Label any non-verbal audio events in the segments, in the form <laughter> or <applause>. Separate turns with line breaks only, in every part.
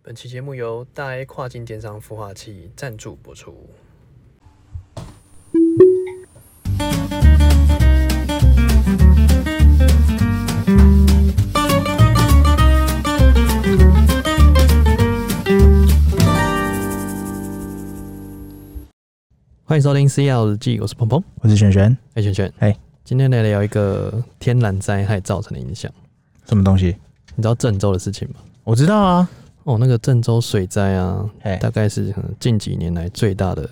本期节目由大 A 跨境电商孵化器赞助播出。欢迎收听《C L 日记》，我是鹏鹏，
我是璇璇，
哎，轩轩，
哎，
今天来聊一个天然灾害造成的影响。
什么东西？
你知道郑州的事情吗？
我知道啊，
哦，那个郑州水灾啊，
哎，
大概是可能近几年来最大的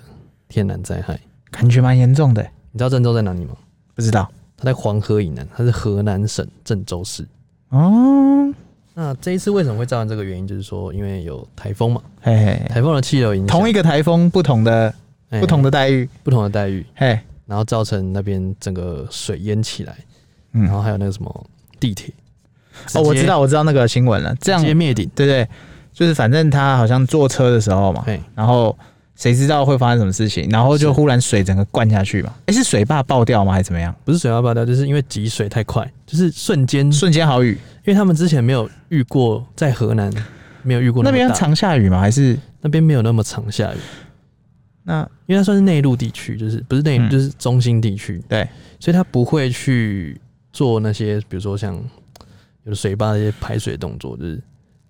天然灾害。
感觉蛮严重的，
你知道郑州在哪里吗？
不知道
它在黄河以南，它是河南省郑州市。
哦，
那这一次为什么会造成这个原因，就是说因为有台风嘛，
嘿嘿，
台风的气流影响，
同一个台风，不同的
哎
不同的待遇，
不同的待遇，
嘿，
然后造成那边整个水淹起来，
嗯
然，后还有那个什么地铁，
哦，我知道，我知道那个新闻了，这
直接，
样
直接灭顶，
对对，就是反正他好像坐车的时候嘛，
哎，
然后谁知道会发生什么事情，然后就是忽然水整个灌下去嘛，哎，是水坝爆掉吗？还是怎么样？
不是水压爆掉，就是因为集水太快，就是瞬间，因
瞬间好雨，
为他们之前没有遇过在河南没有遇过
那
么
边
大
常下雨吗？还是
那边没有那么常下雨，
那
因为它算是内陆地区，就是不是内陆、
嗯
就是中心地区，
对，
所以它不会去做那些，比如说像有的水坝那些排水动作，就是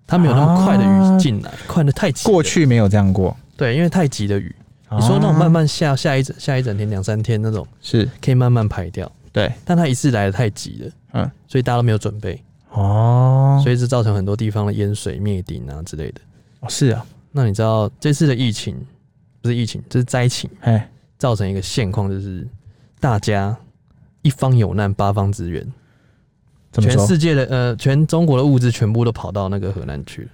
它没有那么快的
啊
雨进来，快的太急了
过，去没有这样过？
对，因为太急的雨，你说那种慢
哦
慢下下一整下一整天两三天那种，
是
可以慢慢排掉，
对
但它一次来的太急了，
嗯，
所以大家都没有准备，
哦，
所以这造成很多地方的淹水灭顶啊之类的。
哦是啊，
那你知道这次的疫情不是疫情，这是灾情。
哎，
造成一个现况，就是大家一方有难，八方支援，
怎么
全
说？
世界的呃，全中国的物资全部都跑到那个河南去了。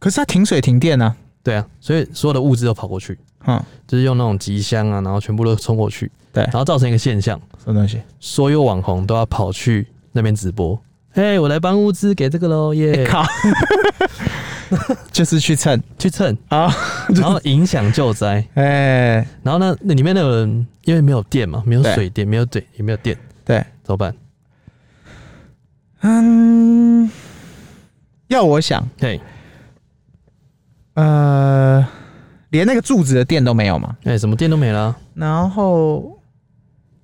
可是它停水停电呢、
对啊，所以所有的物资都跑过去，
啊，
就是用那种集箱啊，然后全部都冲过去，
对
然后造成一个现象，
嗯，什么东西？
所有网红都要跑去那边直播。哎、我来搬物资给这个喽，耶、<laughs>
<laughs> 哎靠，就是去蹭
去
<laughs>
蹭，
啊，
然后影响救灾。
哎、
然后呢，那里面的人因为没有电嘛，没有
对
水电，没有水，也没有电，
对，
怎么办？
嗯，要我想，
嘿，
呃，连那个柱子的电都没有嘛，
哎、什么电都没了啊、
然后，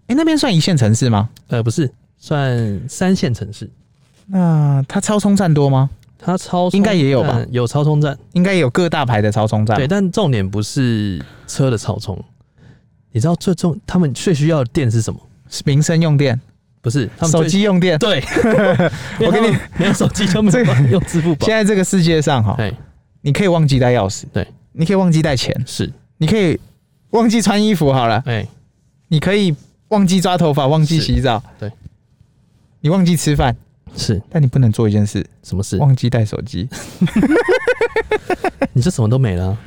哎、那边算一线城市吗？
呃，不是，算三线城市，
那它超充站多吗？
它超
应该也有吧啊
充站？嗯有超充站，
应该有各大牌的超充站。
对，，但重点不是车的超充，你知道最重他们最需要的电是什么？
是民生用电、
不是他们
手
最
机用电。
对，
<laughs> 我跟你
因为他们没有手机就没有办法用支付宝
<laughs> 现，在这个世界上哈，
哎，
你可以忘记带钥匙，
对，
你可以忘记带钱，
是，
你可以忘记穿衣服好了，
哎，
你可以忘记抓头发，忘记洗澡，
对，
你忘记吃饭，
是
但你不能做一件事，
什么事？
忘记带手机。
你就什么都没了啊，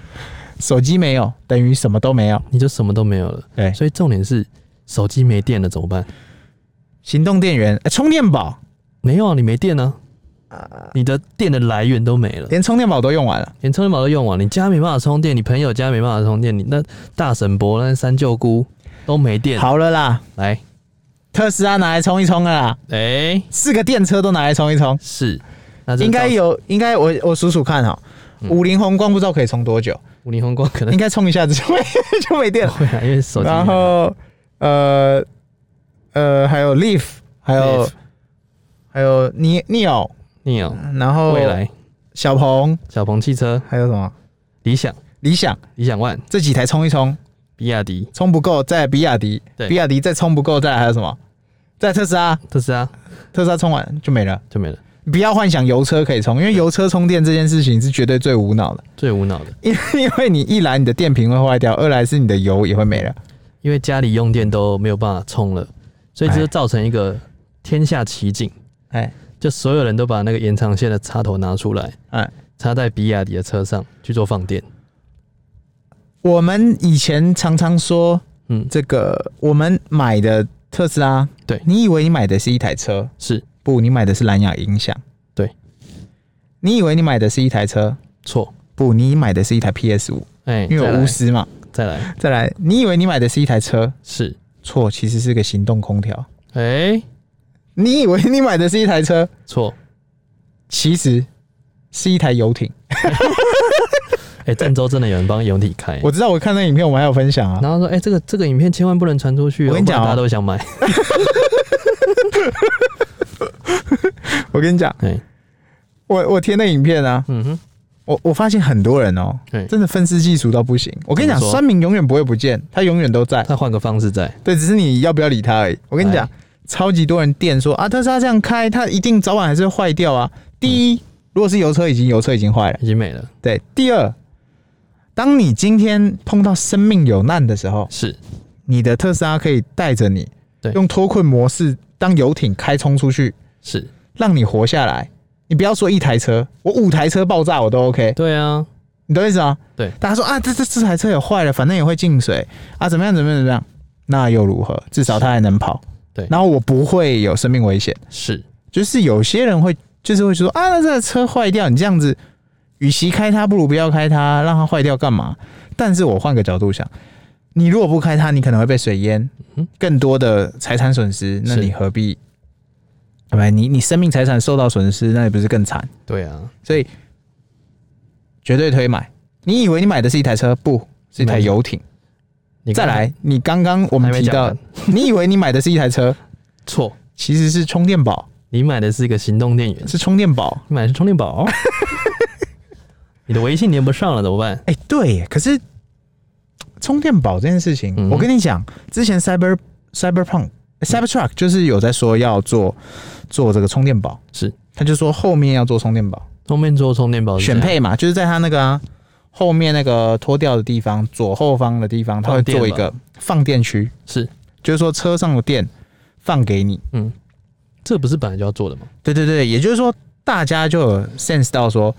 手机没有等于什么都没有。
你就什么都没有了，
对，
所以重点是手机没电了怎么办？
行动电源、呃充电宝，
没有啊，你没电呢、
呃
你的电的来源都没了。
连充电宝都用完了。
连充电宝都用完，你家没办法充电，你朋友家没办法充电，你那大婶伯、那三舅姑都没电。
好了啦，
来，
特斯拉拿来充一充了啦，
哎、
四个电车都拿来充一充，
是，那这
应该
造
有，应该我我数数看哈。
嗯
五菱宏光不知道可以充多久，
五菱宏光可能
应该充一下子就没 <laughs> 就没电
不
了。
会啊，因为手机
然后呃呃，还有 Leaf，还有
Leaf
还有 Neo Neo，
你有
然后
未来、
小鹏，
小鹏汽车、
还有什么
理想、
理想
理想 ONE、
这几台冲一冲，
比亚迪、
冲不够再来比亚迪
对，
比亚迪再冲不够再来还有什么？再来特斯拉，
特斯拉
特斯拉冲完就没了。
啊就没了，
不要幻想油车可以充，因为油车充电这件事情是绝对最无脑的， <laughs>
最无脑的，
因为因为你一来你的电瓶会坏掉，二来是你的油也会没了。
因为家里用电都没有办法充了，所以这就
哎
造成一个天下奇景，
哎
就所有人都把那个延长线的插头拿出来，
哎，
插在比亚迪的车上去做放电。
我们以前常常说
嗯，
这个我们买的特斯拉，
对
你以为你买的是一台车，
是
不，你买的是蓝牙音响。
对，
你以为你买的是一台车，
错。
不，你买的是一台 PS 五，
哎，
因为
再
我
来
无私嘛。
再来
再来，你以为你买的是一台车，
是，
错，其实是个行动空调。
哎、
你以为你买的是一台车，
错，
其实是一台游艇。
哎、郑州真的有人帮游艇开。
我知道，我看那影片，我们还有分享啊。
然后说，哎、这个这个影片千万不能传出去哦，
我跟你讲
不然
哦
大家都想
<laughs>
买。
我跟你讲，
哎，
我我贴那影片啊，
嗯哼，
我我发现很多人哦、
对
真的分尸技术到不行。我跟你讲，
怎么说
酸民永远不会不见，他永远都在。
他换个方式在，
对，只是你要不要理他而已。我跟你讲
哎，
超级多人电说啊，特斯拉这样开，它一定早晚还是会坏掉啊。第一，
嗯
如果是油车已经油车已经坏了，
已经没了。
对。第二，当你今天碰到生命有难的时候，
是，
你的特斯拉可以带着你，
对
用脱困模式当游艇开冲出去，
是，
让你活下来。你不要说一台车，我五台车爆炸我都 OK，
对啊，
你懂意思吗？
对
大家说啊，这这这台车也坏了，反正也会进水啊，怎么样怎么样怎么样，那又如何？至少它还能跑。
对
然后我不会有生命危险。
是，
就是有些人会，就是会说啊，那这台车坏掉，你这样子，与其开它，不如不要开它，让它坏掉干嘛？但是我换个角度想，你如果不开它，你可能会被水淹
嗯，
更多的财产损失，那
是
你何必？对不对？你你生命财产受到损失，那你不是更惨？
对啊，
所以绝对推买。你以为你买的是一台车，不是一台游艇。
你
再
刚才
来，你刚刚我们
还没
提
讲
到
完，
你以为你买的是一台车，
错，
其实是充电宝，
你买的是一个行动电源，
是充电宝。
你买的是充电宝，哦
<laughs>
你的微信连不上了怎么办？
哎、对耶，可是充电宝这件事情，
嗯
我跟你讲，之前 Cyber Cyberpunk Cybertruck 就是有在说要做做这个充电宝，
是
他就说后面要做充电宝，
后面做充电宝是
选
这样，
配嘛，就是在他那个、啊、后面那个脱掉的地方，左后方的地方，他会
放电
做一
吧
个放电区，
是，
就是说车上的电放给你。
嗯，这不是本来就要做的吗？
对对对，也就是说，大家就有 sense 到说，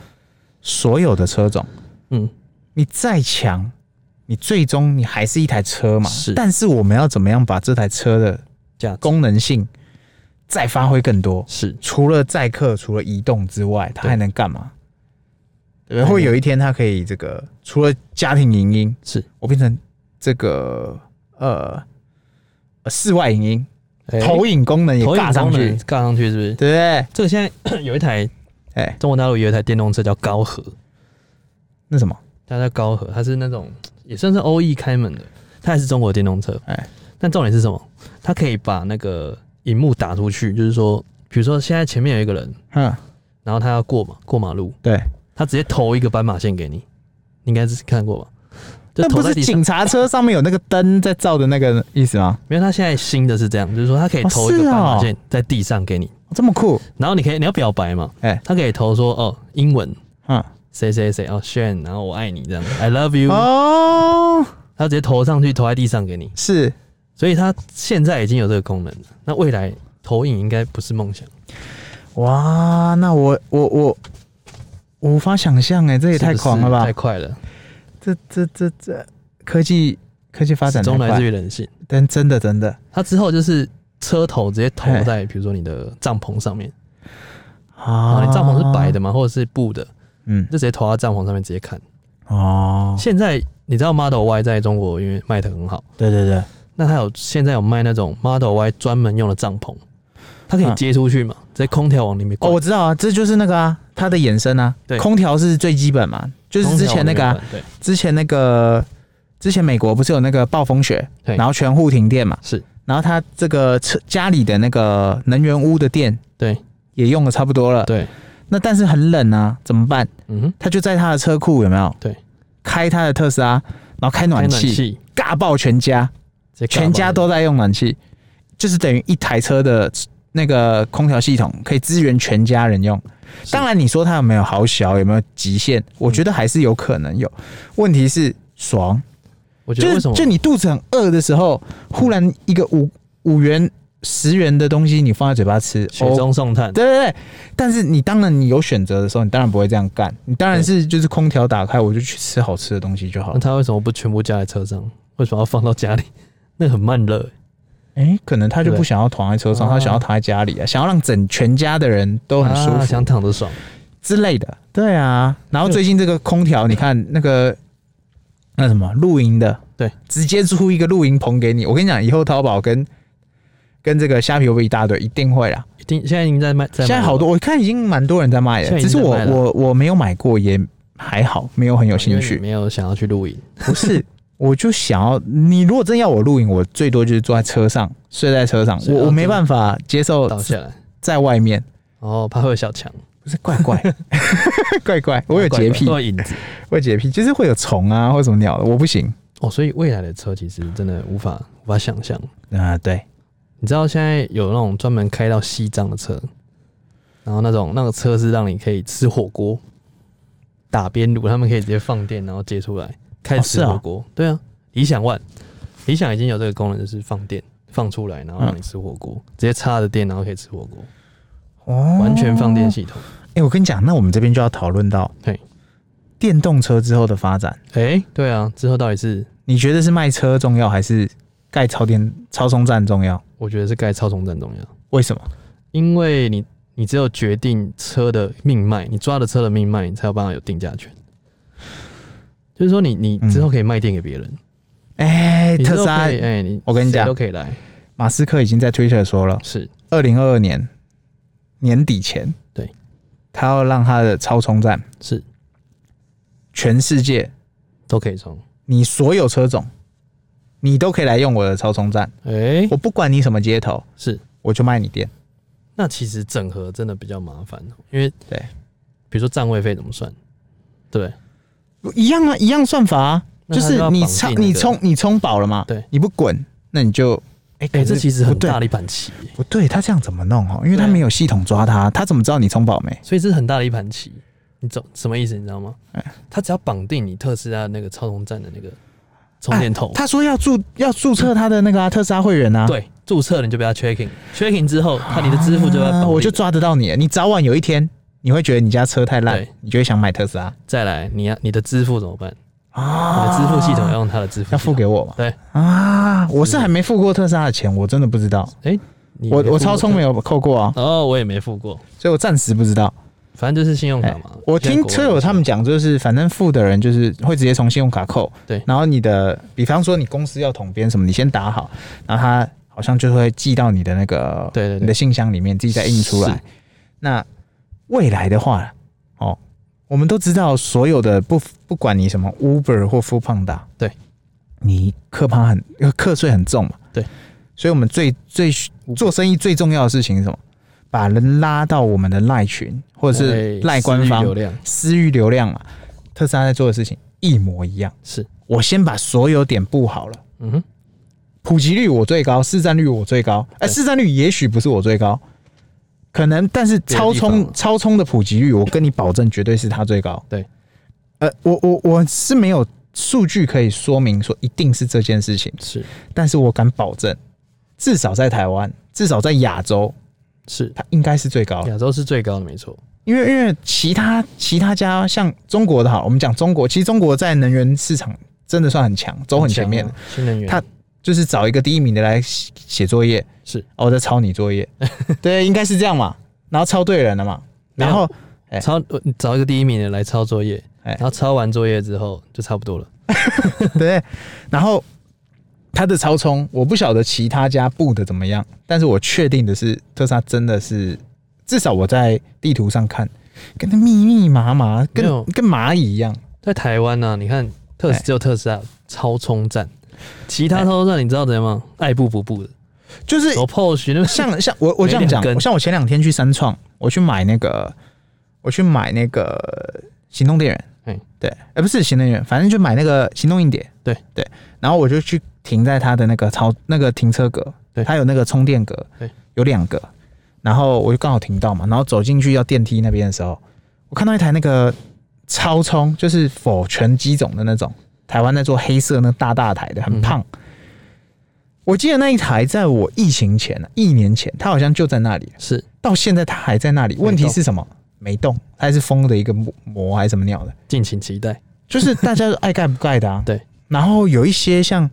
所有的车种，
嗯，
你再强，你最终你还是一台车嘛。
是
但是我们要怎么样把这台车的
价值
功能性再发挥更多？
是
除了载客、除了移动之外，它
对
还能干嘛？
还
对不对？
能
会有一天它可以这个，除了家庭影音，
哎是，
我变成这个呃呃室外影音、
哎
投影功能也
投影
尬上
功
去
能，尬上去是不是？
对不对？
这个现在有一台
哎、
中国大陆有一台电动车叫高和，
那什么？
它叫高和，它是那种也算是欧 E 开门的，它也是中国的电动车。
哎
但重点是什么？它可以把那个荧幕打出去，就是说，比如说现在前面有一个人，
嗯，
然后他要过嘛过马路，
对，
他直接投一个斑马线给你，你应该是看过吧？就
那
投
不
在
是
地上。
警察车上面有那个灯在照的那个意思吗？
没有，他现在新的是这样，就是说他可以
哦
投一个
是哦
斑马线在地上给你，
哦这么酷，
然后你可以你要表白嘛，
哎
他可以投说哦英文
嗯，
谁谁谁哦 Shane，然后我爱你这样，I love you，
哦，
他直接投上去投在地上给你，
是
所以它现在已经有这个功能了。那未来投影应该不是梦想，
哇，那我我我我无法想象哎，这也太
是不是
狂了吧
太！快了，
这这这这科技科技发展太
终来自
快，
于人性。
但真的真的
它之后就是车头直接投
嘿
在比如说你的帐篷上面，然
啊
后你帐篷是白，的嘛，或者是布的，
嗯
就直接投到帐篷上面直接看。
哦，
现在你知道 Model Y 在中国因为卖的很好，
对对对，
那它有现在有卖那种 Model Y 专门用的帐篷，它可以
嗯
接出去嘛，直接空调往里面
哦，
灌。
我知道啊，这就是那个啊，它的衍生啊，
对
空调是最基本嘛，就是之前那个啊
空调往里面灌对，
之前那个之前美国不是有那个暴风雪，
对
然后全户停电嘛，
是
然后他这个车家里的那个能源屋的电
对
也用的差不多了，
对，
那但是很冷啊，怎么办？
嗯哼，
他就在他的车库有没有？
对，
开他的特斯拉，然后开暖
开
气，
气，
尬爆全家，
直接尬
全家
爆
都在用暖气，就是等于一台车的那个空调系统可以支援全家人用。
是
当然，你说它有没有好小，有没有极限？我觉得还是有可能有。问题是爽，
我觉得为
就是
什么
就你肚子很饿的时候，忽然一个五五元、十元的东西你放在嘴巴吃，哦
雪中送炭？
对对对，但是你当然你有选择的时候，你当然不会这样干，你当然是就是空调打开，我就去吃好吃的东西就好
那
了。
他为什么不全部加在车上？为什么要放到家里？ <laughs> 那很慢热、
哎、可能他就不想要躺在车上，
对
他想要躺在家里啊，想要让整全家的人都很舒
啊
服、
想躺着爽。
之类的。对啊，然后最近这个空调，你看那个那什么露营的，
对，
直接租一个露营棚给你。我跟你讲，以后淘宝跟跟这个虾皮会不会一大堆？一定会啦，啊
一定现在已经在卖，在卖
现在好多，
了
我看已经蛮多人在卖
现在
了，
已
只
经
是
在
我
卖了
我我没有买过，也还好，没有很有
因
兴
为你
趣。
没有想要去露营，
不是，我就想要你如果真要我露营，我最多就是坐在车上睡在车上，
是哦
我
要
我没
真的
办法接受
倒下来，
在外面，
哦，怕会有小强，
不是怪怪 <laughs> 怪怪，我
怪
有
怪
洁癖，
都有影子
我有洁癖，就是会有虫啊或者什么鸟的，我不行。
哦，所以未来的车其实真的无法无法想象。
啊、对，
你知道现在有那种专门开到西藏的车，然后那种那个车是让你可以吃火锅、打边炉，他们可以直接放电，然后接出来开始
是
吃
啊
火锅。对啊，理想 ONE，理想已经有这个功能，就是放电放出来，然后让你吃火锅，直接插着电，然后可以吃火锅，
哦
完全放电系统。
哎、我跟你讲，那我们这边就要讨论到
嘿
电动车之后的发展，
哎、对啊，之后到底是
你觉得是卖车重要还是盖超电超充站重要？
我觉得是盖超充站重要，
为什么？
因为你你只有决定车的命脉，你抓了车的命脉，你才有办法有定价权。就是说你，你
嗯
之后可以卖电给别人，
哎、
你之
特
后
斯拉
可以，哎、你
我跟你
谁
讲
都可以来，
马斯克已经在 Twitter 说了，
是
二零二二年年底前，
对，
他要让他的超充站
是
全世界，
都可以充。
你所有车种，你都可以来用我的超充站，
哎、
我不管你什么街头，
是
我就卖你电。
那其实整合真的比较麻烦哦，因为
对
比如说占位费怎么算，对不对，
一样啊，一样算法啊，
那
就
他
是
要
你
绑
充
定那
你
个
充你充饱了嘛，
对
你不滚，那你就哎
哎、这其实很大
不
的
对
一盘棋，
不对，他这样怎么弄哈？因为他
对啊
没有系统抓他，他怎么知道你充饱没？
所以这是很大的一盘棋。你懂什么意思？你知道吗？
哎
他只要绑定你特斯拉的那个超充站的那个充电头，
哎他说要注要注册他的那个啊特斯拉会员啊，
对，注册了你就被他 checking，checking 之后，他你的支付就要、
啊我就抓得到你了，你早晚有一天你会觉得你家车太烂
对，
你就会想买特斯拉
再来，你要你的支付怎么办？你
啊
的支付系统要用他的支付系统
要付给我嘛
对，
啊！我是还没付过特斯拉的钱，我真的不知道，
哎、你
我
没付过
我超充没有扣过啊，
哦，我也没付过，
所以我暂时不知道。
反正就是信用卡
哎
嘛。
我
现在
听
国外
车友他们讲，就是反正付的人就是会直接从信用卡扣，
对
然后你的，比方说你公司要统编什么，你先打好，然后他好像就会寄到你的那个
对对对
你的信箱里面，自己再印出来
是。
那未来的话，哦，我们都知道所有的不不管你什么 Uber 或 f o o p a n d a
对，
你课趴很呃课税很重嘛，
对，
所以我们最最做生意最重要的事情是什么？把人拉到我们的赖群或者
哎
是赖官
私域
方
流量
私域流量嘛，特斯拉在做的事情一模一样。
是，
我先把所有点布好了，
嗯哼，
普及率我最高，市占率我最高。
对
哎、市占率也许不是我最高，可能但是
别的
超
地方
充
了
超充的普及率，我跟你保证绝对是它最高。
对，
呃，我我我是没有数据可以说明说一定是这件事情，
是
但是我敢保证，至少在台湾，至少在亚洲，
是，
它应该是最高的。
亚洲是最高的，没错。
因为因为其他其他家像中国的好，我们讲中国，其实中国在能源市场真的算很强，走很前面
强，啊，新能源，
它就是找一个第一名的来写写作业，
是
哦，我在抄
<laughs>
你作业，对，应该是这样嘛，然后抄对人了嘛，
没有
然后 <laughs> 哎
抄呃找一个第一名的来抄作业，
哎
然后抄完作业之后就差不多了。
对，然后他的超充，我不晓得其他家布的怎么样，但是我确定的是，特斯拉真的是，至少我在地图上看，跟那密密麻麻，跟
没有
跟蚂蚁一样，
在台湾呢、你看特
哎
只有特斯拉超充站，其他超充站你知道怎样吗？爱不不不的，
就是
我 POS <laughs> 那个
哎像像我我这样
没两
讲，
根
像我前两天去三创，我去买那个，我去买那个行动电源，
嗯
对，呃，不是行动电源，反正就买那个行动硬碟，
对
对，然后我就去停在它的那个超那个停车格，
对
它有那个充电格，
对，
有两个，然后我就刚好停到嘛，然后走进去要电梯那边的时候，我看到一台那个超充，就是否全机种的那种，台湾在做黑色那大大台的，
嗯
很胖。我记得那一台在我疫情前、啊一年前，它好像就在那里，
是
到现在它还在那里。
动
问题是什么？没动，它还是封的一个膜膜还是什么鸟的？
敬请期待。
就是大家爱盖不盖的啊。
<laughs> 对。
然后有一些像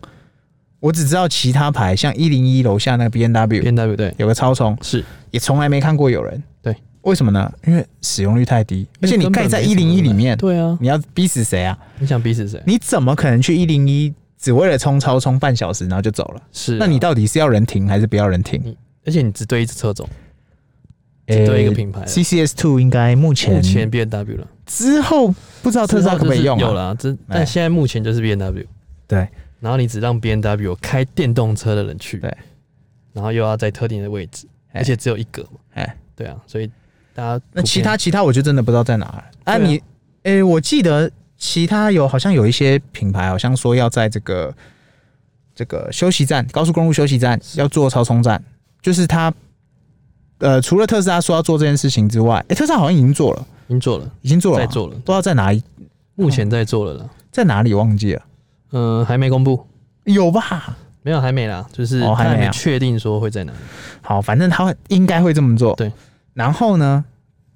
我只知道其他牌，像一零一楼下那个 B N W
N W 对，
有个超充，
是
也从来没看过有人。
对，
为什么呢？因为使用率太低，而
因
且
为
你
根本
盖在
没
一
什么
零一里面，
对啊，
你要逼死谁啊？
你想逼死谁？
你怎么可能去一零一只为了冲超充半小时然后就走了？
是啊、
那你到底是要人停还是不要人停？
而且你只对一只车种，只对一个品牌了
CCS Two 应该目前
目前 B N W 了，
之后不知道特斯拉可不可以用、
之后就是有
啊。
啦，这但现在目前就是 B N W，
对，
然后你只让 B N W 开电动车的人去，
对，
然后又要在特定的位置，
哎
而且只有一个嘛，
哎，
对啊，所以大家
那
普遍
其他其他我就真的不知道在哪儿啊。
对啊
你，诶、我记得其他有好像有一些品牌好像说要在这个这个休息站、高速公路休息站要做超充站，就是它呃，除了特斯拉说要做这件事情之外，诶、特斯拉好像已经做了，
已经做了，
已经做了
在
嘛，
做了，
不知道在哪里，
目前在做了啦，
在哪里忘记了，
嗯，还没公布，
有吧？
没有还没啦，就是
哦还
他
没啊
还没确定说会在哪里，
好，反正他会应该会这么做。
对，
然后呢，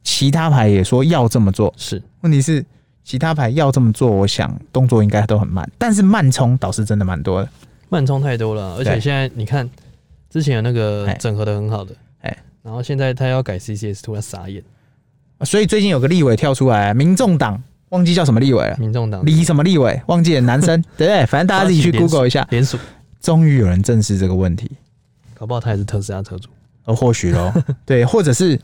其他牌也说要这么做，
是
问题是其他牌要这么做，我想动作应该都很慢，但是慢冲倒是真的蛮多的。
慢充太多了，而
对
且现在你看之前有那个
哎
整合的很好的，
哎，
然后现在他要改 C C S，突然傻眼，
所以最近有个立委跳出来，民众党忘记叫什么立委了，
民众党
李什么立委忘记了，男 <laughs> 生对不对？反正大家自己去
发起联署
Google 一下。
联署，
终于有人正视这个问题，
搞不好他也是特斯拉车主，
呃，或许 <laughs> 咯，对，或者是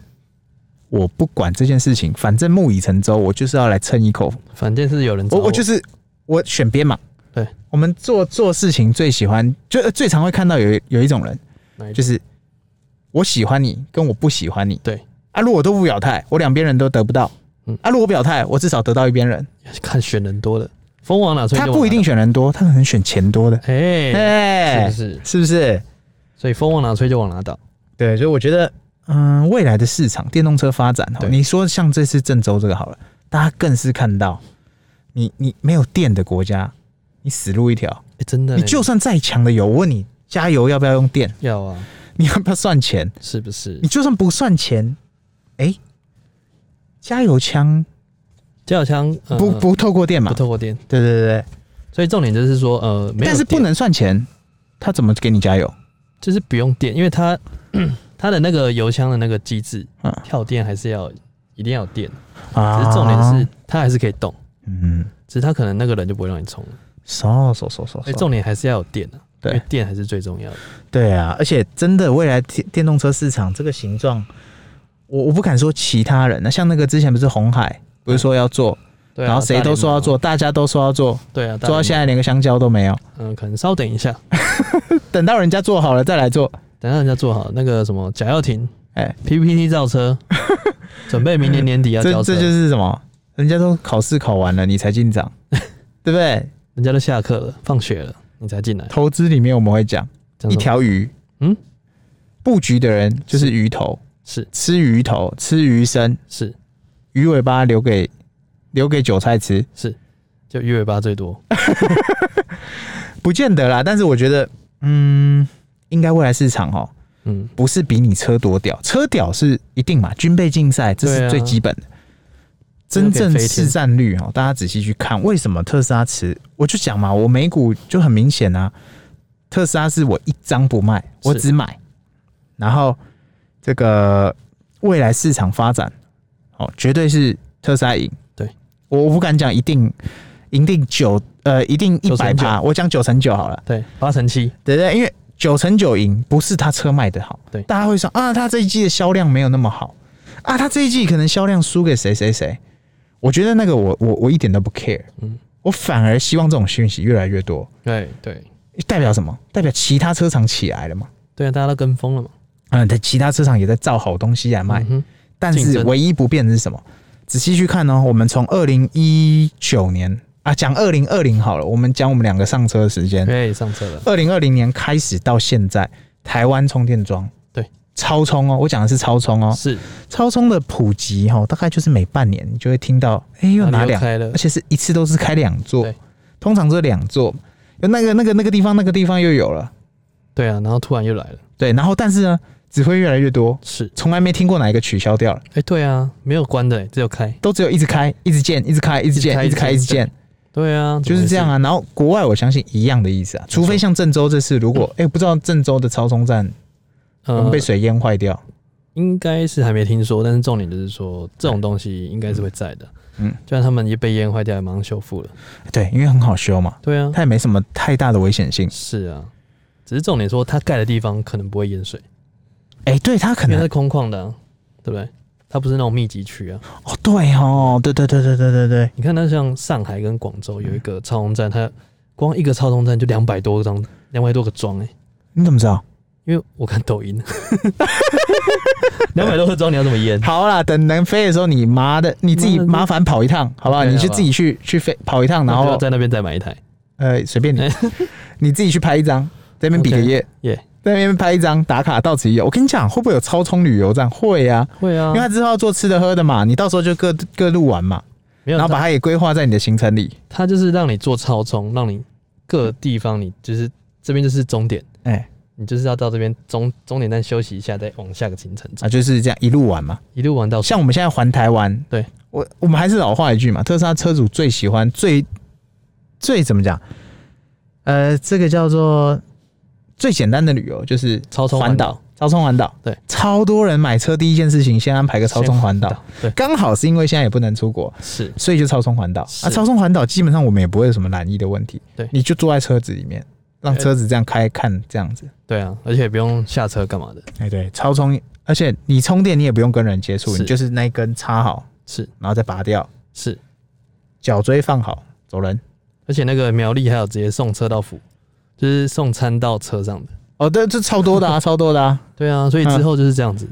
我不管这件事情，反正木已成舟，我就是要来蹭一口
反正是有人找
我我就是我选边嘛。
对，
我们做做事情最喜欢，就呃最常会看到有一有一种人，
哪一
就
种
是我喜欢你，跟我不喜欢你。
对
啊，如果我都不表态，我两边人都得不到。
嗯
啊，如果表态，我至少得到一边人。
看选人多的，风往哪吹
他
就往哪
不一定选人多，他可能选钱多的。
倒，哎，是
哎、
不是？
是不是？
所以风往哪吹就往哪倒，
对，所以我觉得，嗯、未来的市场电动车发展哦，
对
你说像这次郑州这个好了，大家更是看到，你你没有电的国家，你死路一条。
哎，真的呢，
你就算再强的油，我问你加油要不要用电？
要啊，
你要不要算钱？
是不是
你？就算不算钱，哎、加油枪
加油枪呃
不不透过电嘛？
不透过电，
对对对
所以重点就是说，呃，没有
对，但是不
电
能算钱，他怎么给你加油？
就是不用电，因为
<clears throat>
它它的那个油箱的那个机制
嗯
跳电还是要一定要有电，只
啊
是重点是，它还是可以动，
嗯，
只是它可能那个人就不会让你充了，
少少少少
所以重点还是要有电啊，因
对
为电还是最重要的。
对啊，而且真的未来电电动车市场这个形状，我我不敢说其他人，啊那像那个之前不是红海，不是说要做，
对啊，
然后谁都说要
大
做，大家都说要做，
联盟，对啊，
做到现
在，
在连个香蕉都没有，
嗯，可能稍等一下，
等到人家做好了再来做。
等到人家做好那个什么贾跃亭，
哎
PPT 造车，
<laughs>
准备明年年底要
这
交车，
这就是什么？人家都考试考完了，你才
<laughs>
进场，对不对？
人家都下课了，放学了，你才进来，
投资里面我们会讲
讲什么
一条鱼，
嗯，
布局的人就是鱼头，
是
吃鱼头，吃鱼身，
是
鱼尾巴留给留给韭菜吃，
是，就鱼尾巴最多，
不见得啦。但是我觉得，嗯，应该未来市场哦，
嗯，
不是比你车多屌，车屌是一定嘛，军备竞赛这
对
是
啊
最基本的。
这个
真
可以
正
飞天
市占率哦，大家仔细去看，为什么特斯拉持？我就讲嘛，我美股就很明显啊，特斯拉是我一张不卖，我只买。然后这个未来市场发展，哦，绝对是特斯拉赢。
对
我我不敢讲一定赢定九呃一定一
九
百
成九
趴，我讲九成九好了。
对，八成七，
对不对？因为九成九赢不是他车卖的好，
对
大家会说啊，他这一季的销量没有那么好啊，他这一季可能销量输给谁谁谁。我觉得那个我我我一点都不 care，
嗯
我反而希望这种讯息越来越多，
对对
代表什么？代表其他车厂起来了嘛？
对啊，大家都跟风了嘛，
嗯，但其他车厂也在造好东西来卖，
嗯哼，
但
竞
是
争
唯一不变的是什么？仔细去看呢、我们从二零一九年啊，讲二零二零好了，我们讲我们两个上车的时间，
可以哎上车了，
二零二零年开始到现在，台湾充电桩
对
超充哦，我讲的是超充哦，
是，
超充的普及哈、哦，大概就是每半年你就会听到，哎、又
哪
拿
里又
两，
开了
而，且是一次都是开两座
对，
通常是两座，有那个那个那个地方那个地方又有了，
对啊，然后突然又来了，
对，然后但是呢，只会越来越多，
是，
从来没听过哪一个取消掉了，
哎，对啊，没有关的，只有开，
都只有一直开，一直建，一直开，一直建，一
一
直
直
开，
开
一
一
直
直建
建，
对啊，
就是这样
啊，
啊。然后国外我相信一样的意思啊，除非像郑州这次，如果哎、不知道郑州的超充站会不会
呃
被，水淹坏掉。
应该是还没听说，但是重点就是说这种东西应该是会在的，
嗯
嗯，就算他们一被淹坏掉，马上修复了，
对，因为很好修嘛，
对啊，
它也没什么太大的危险性。
是啊，只是重点说它盖的地方可能不会淹水，
哎、对，它可
因为它
能
是空旷的啊、对不对？它不是那种密集区啊。
哦，对哦，对对对对对对对，
你看，它像上海跟广州有一
嗯
个超空站，它光一个超空站就两百多张，两百多个桩哎、
你怎么知道？
因为我看抖音， <laughs> 两百多个桩你要怎么淹？
好啦，等能飞的时候，你麻的你自己
妈的
麻烦跑一趟，好不好？
对
你
好
就
吧
自己去去飞跑一趟，然
那就要
后
在那边再买一台，
呃随 <laughs> 便你，你自己去拍一张，在那边比个
OK
耶，
耶、
在那边拍一张打卡，到此一游。我跟你讲，会不会有超充旅游站？会呀、啊，
会啊
因为，他之后要做吃的喝的嘛，你到时候就各各路玩嘛，
没有
然后把
它，
它也规划在你的行程里。
它就是让你做超充，让你各地方你就是这边就是终点，
哎、
你就是要到这边终终点站休息一下，再往下个行程走，
啊，就是这样一路玩嘛。
一路玩到
像我们现在环台湾，
对
我我们还是老话一句嘛，特斯拉车主最喜欢最最怎么讲？呃，这个叫做最简单的旅游就是
超充
环
环
岛
岛，
超充环岛。
对，
超多人买车第一件事情先安排个超充环岛，，
对，
刚好是因为现在也不能出国，
是
所以就超充环岛
是
啊。超充环岛基本上我们也不会有什么难易的问题，
对
你就坐在车子里面，让
对
车子这样开看这样子。
对啊，而且也不用下车干嘛的，
哎，对，超充，而且你充电你也不用跟人接触，
是
你就是那一根插好，
是
然后再拔掉。
是，
脚椎放好，走人。
而且那个苗栗还有直接送车到府，就是送餐到车上的，
哦，对，这超多的 <laughs> 啊，超多的啊。
对啊，所以之后就是这样子，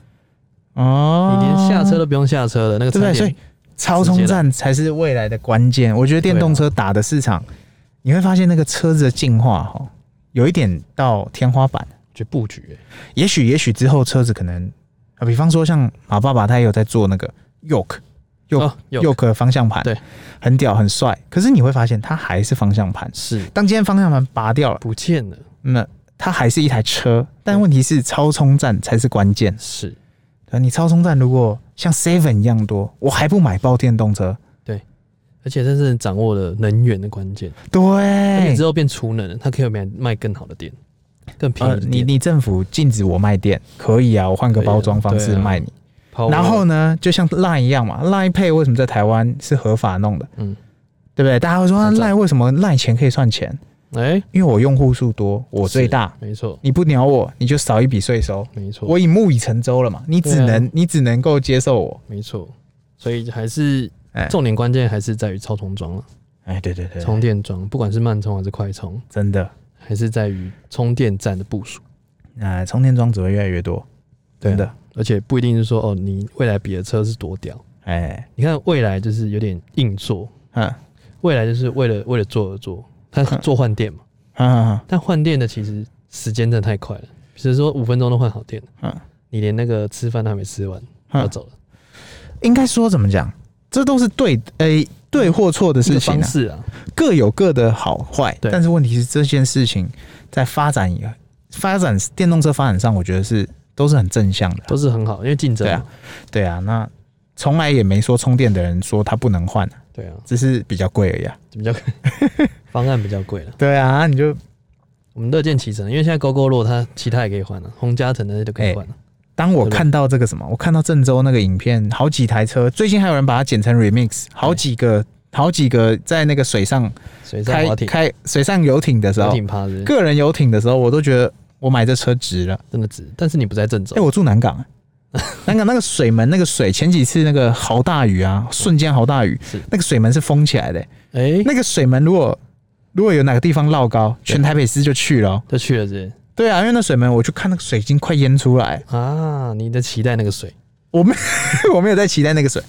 哦，
你连下车都不用下车的那个
对不
餐
对？所
点
以，超充站才是未来的关键。我觉得电动车打的市场，你会发现那个车子的进化哈、哦，有一点到天花板。
去布局、欸
也许，也许之后车子可能啊，比方说像马爸爸他也有在做那个 yoke
欸，
yoke、
哦有
yoke 方向盘，
对，
很屌很帅。可是你会发现它还是方向盘。
是
当今天方向盘拔掉了，
不见了，
那它还是一台车，但问题是超充站才是关键。
是
对，啊你超充站如果像 Seven 一样多，我还不买爆电动车？
而且这是掌握了能源的关键，而且
对
之，后变储能了，它可以卖卖更好的电，更便宜
呃，
的
你
电。
你政府禁止我卖电，可以啊，我换个包装方式卖你。
抛
然后呢，就像 Line 一样嘛，Line Pay 为什么在台湾是合法弄的？
嗯，
对不对？大家会说、啊、
没错
Line 为什么 Line 钱可以算钱？
哎、
因为我用户数多，我最
是
大，
没错，
你不鸟我，你就少一笔税收。
没错，
我已木已成舟了嘛，你只
对啊
能、你只能够接受我。
没错，所以还是
哎
重点关键还是在于超充桩了，
哎，对对对，
充电桩，不管是慢充还是快充，
真的，
还是在于充电站的部署。
那、哎充电桩只会越来越多，
对啊
真的。
而且不一定是说哦，你未来比的车是多屌，
哎，
你看未来就是有点硬做，
嗯，
未来就是为了为了做而做，它是做换电嘛，
嗯
但换电的其实时间真的太快了，比如说五分钟都换好电了，
嗯
你连那个吃饭都还没吃完就
嗯，
走了，
应该说怎么讲，这都是对，诶、对或错的
一
事
个
情、
方
啊，
式啊，
各有各的好坏。
对
但是问题是，这件事情在发展以发展电动车发展上，我觉得是都是很正向的啊、
都是很好，因为竞争
对
嘛
啊，对啊，那从来也没说充电的人说他不能换啊，
对啊，
只是比较贵而已、啊。
比较 <laughs> 方案比较贵了，
对啊，你就
我们乐见其成，因为现在勾勾落它其他也可以换了、啊，红加藤那些都可以换了、
当我
对吧
看到这个什么，我看到郑州那个影片，好几台车，最近还有人把它剪成 remix，好几个，好几个在那个水上
水上
哎开
滑艇、
开水上游艇的时
游
候，
艇趴是不是
个人游艇的时候，我都觉得我买这车值了。
真的值，但是你不在郑州
哎、，我住南港、南港那个水门那个水，前几次那个豪大雨啊，瞬间豪大雨
是，
那个水门是封起来的、
哎、
那个水门如果如果有哪个地方落高，全台北市就去了哦、
就去了是
对啊，因为那水门我去看那个水已经快淹出来， <laughs>
不是啊，你在期待那个水，
我没我没有在期待那个水，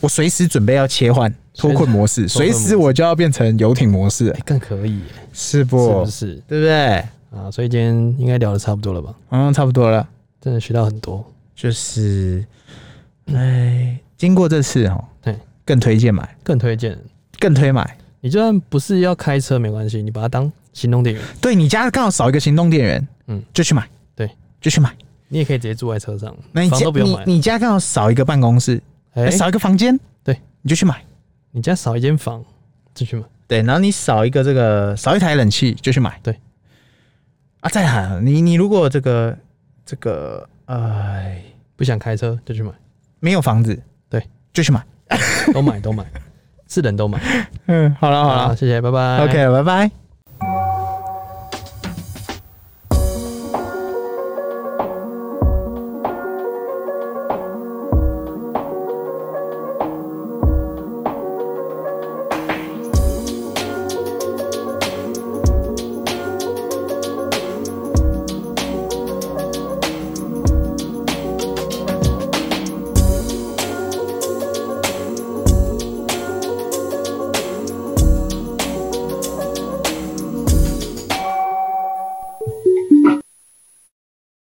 我随时准备要切换脱困模式，
脱困
随
模式
时我就要变成游艇模式了
哎、，更可以耶、
是
是
不？
不是
对不对？
啊？所以今天应该聊的差不多了吧？
嗯，差不多了，
真的学到很多，
就是，哎，经过这次哦，
对，
更推荐买，
更推荐
更推买。
你就算不是要开车没关系，你把它当行动电源，
对你家刚好少一个行动电源，嗯
嗯，
就去买，
对，
就去买。
你也可以直接住在车上，
那你
房
家
都不用
你
买了。
你家刚好少一个办公室，
哎、
哎少一个房间，
对，
你就去买。
你家少一间房，进去嘛，
对，然后你少一个这个少一台冷气就去买。
对，
啊，再喊你你如果这个这个呃
不想开车就去买，
没有房子，
对，
就去买。 <laughs>
都买都买，是人都买。
嗯，好了好
好，
了
谢谢，拜拜。
，OK，拜拜。